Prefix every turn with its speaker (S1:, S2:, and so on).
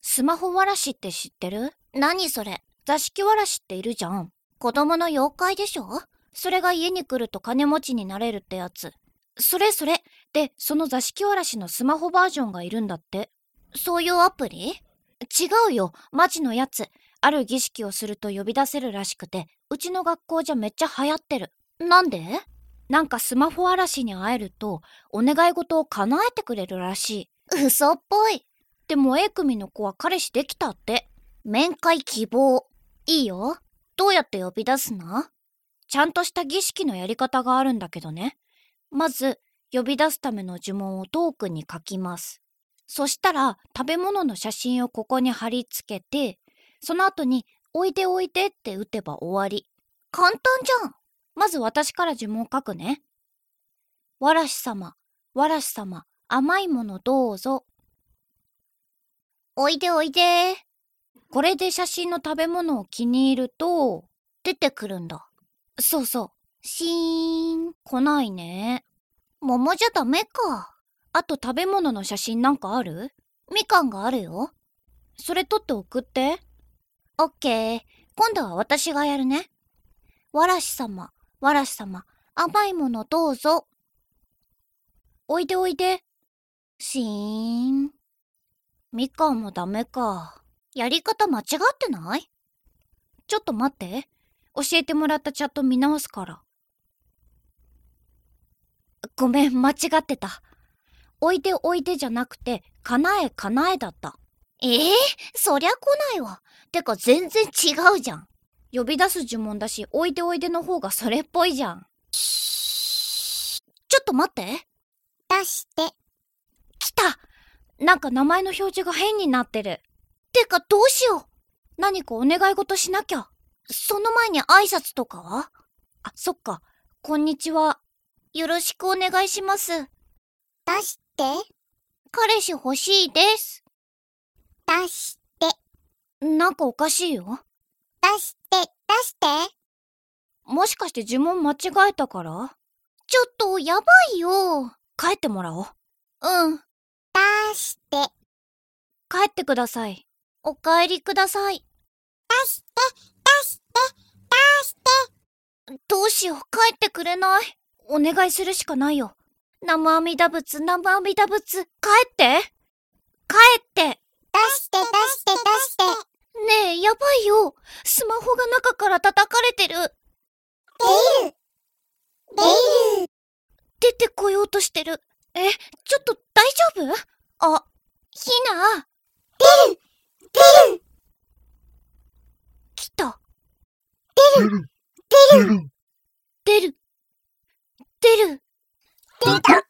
S1: スマホわらしって知ってる何それ座敷わらしっているじゃん。子供の妖怪でしょそれが家に来ると金持ちになれるってやつ。それそれ。で、その座敷わらしのスマホバージョンがいるんだって。そういうアプリ違うよ。マジのやつ。ある儀式をすると呼び出せるらしくて、うちの学校じゃめっちゃ流行ってる。なんでなんかスマホ嵐に会えると、お願い事を叶えてくれるらしい。嘘っぽい。でも A 組の子は彼氏できたって。面会希望。いいよ。どうやって呼び出すのちゃんとした儀式のやり方があるんだけどね。まず、呼び出すための呪文をトークに書きます。そしたら、食べ物の写真をここに貼り付けて、その後に、おいでおいでって打てば終わり。簡単じゃんまず私から呪文書くね。わらし様、わらし様、甘いものどうぞ。おいでおいでこれで写真の食べ物を気に入ると、出てくるんだ。そうそう。シーン。来ないね。桃じゃダメか。あと食べ物の写真なんかあるみかんがあるよ。それ撮って送って。オッケー。今度は私がやるね。わらし様、わらし様、甘いものどうぞ。おいでおいで。シーン。みかんもダメか。やり方間違ってないちょっと待って。教えてもらったチャット見直すから。ごめん、間違ってた。おいでおいでじゃなくて、かなえかなえだった。ええー、そりゃ来ないわ。てか全然違うじゃん。呼び出す呪文だし、おいでおいでの方がそれっぽいじゃん。ちょっと待って。
S2: 出して。
S1: 来たなんか名前の表示が変になってる。てかどうしよう何かお願い事しなきゃ。その前に挨拶とかはあ、そっか。こんにちは。よろしくお願いします。
S2: 出して。
S1: 彼氏欲しいです。。
S2: 出して
S1: なんかおかしいよ。
S2: 出して、出して。
S1: もしかして呪文間違えたからちょっと、やばいよ。帰ってもらおう。うん。
S2: 出して。
S1: 帰ってください。お帰りください。。
S2: 出して、出して、出して
S1: どうしよう、帰ってくれない。お願いするしかないよ。生阿弥陀仏、生阿弥陀仏、帰って帰って
S2: 出して、出して、出して
S1: ねえ、やばいよスマホが中から叩かれてる
S2: 出る出る
S1: 出てこようとしてる。え、ちょっと大丈夫あ、ひな
S2: 出る出る
S1: 来た。
S2: 出る出る
S1: 出る出る
S2: 出た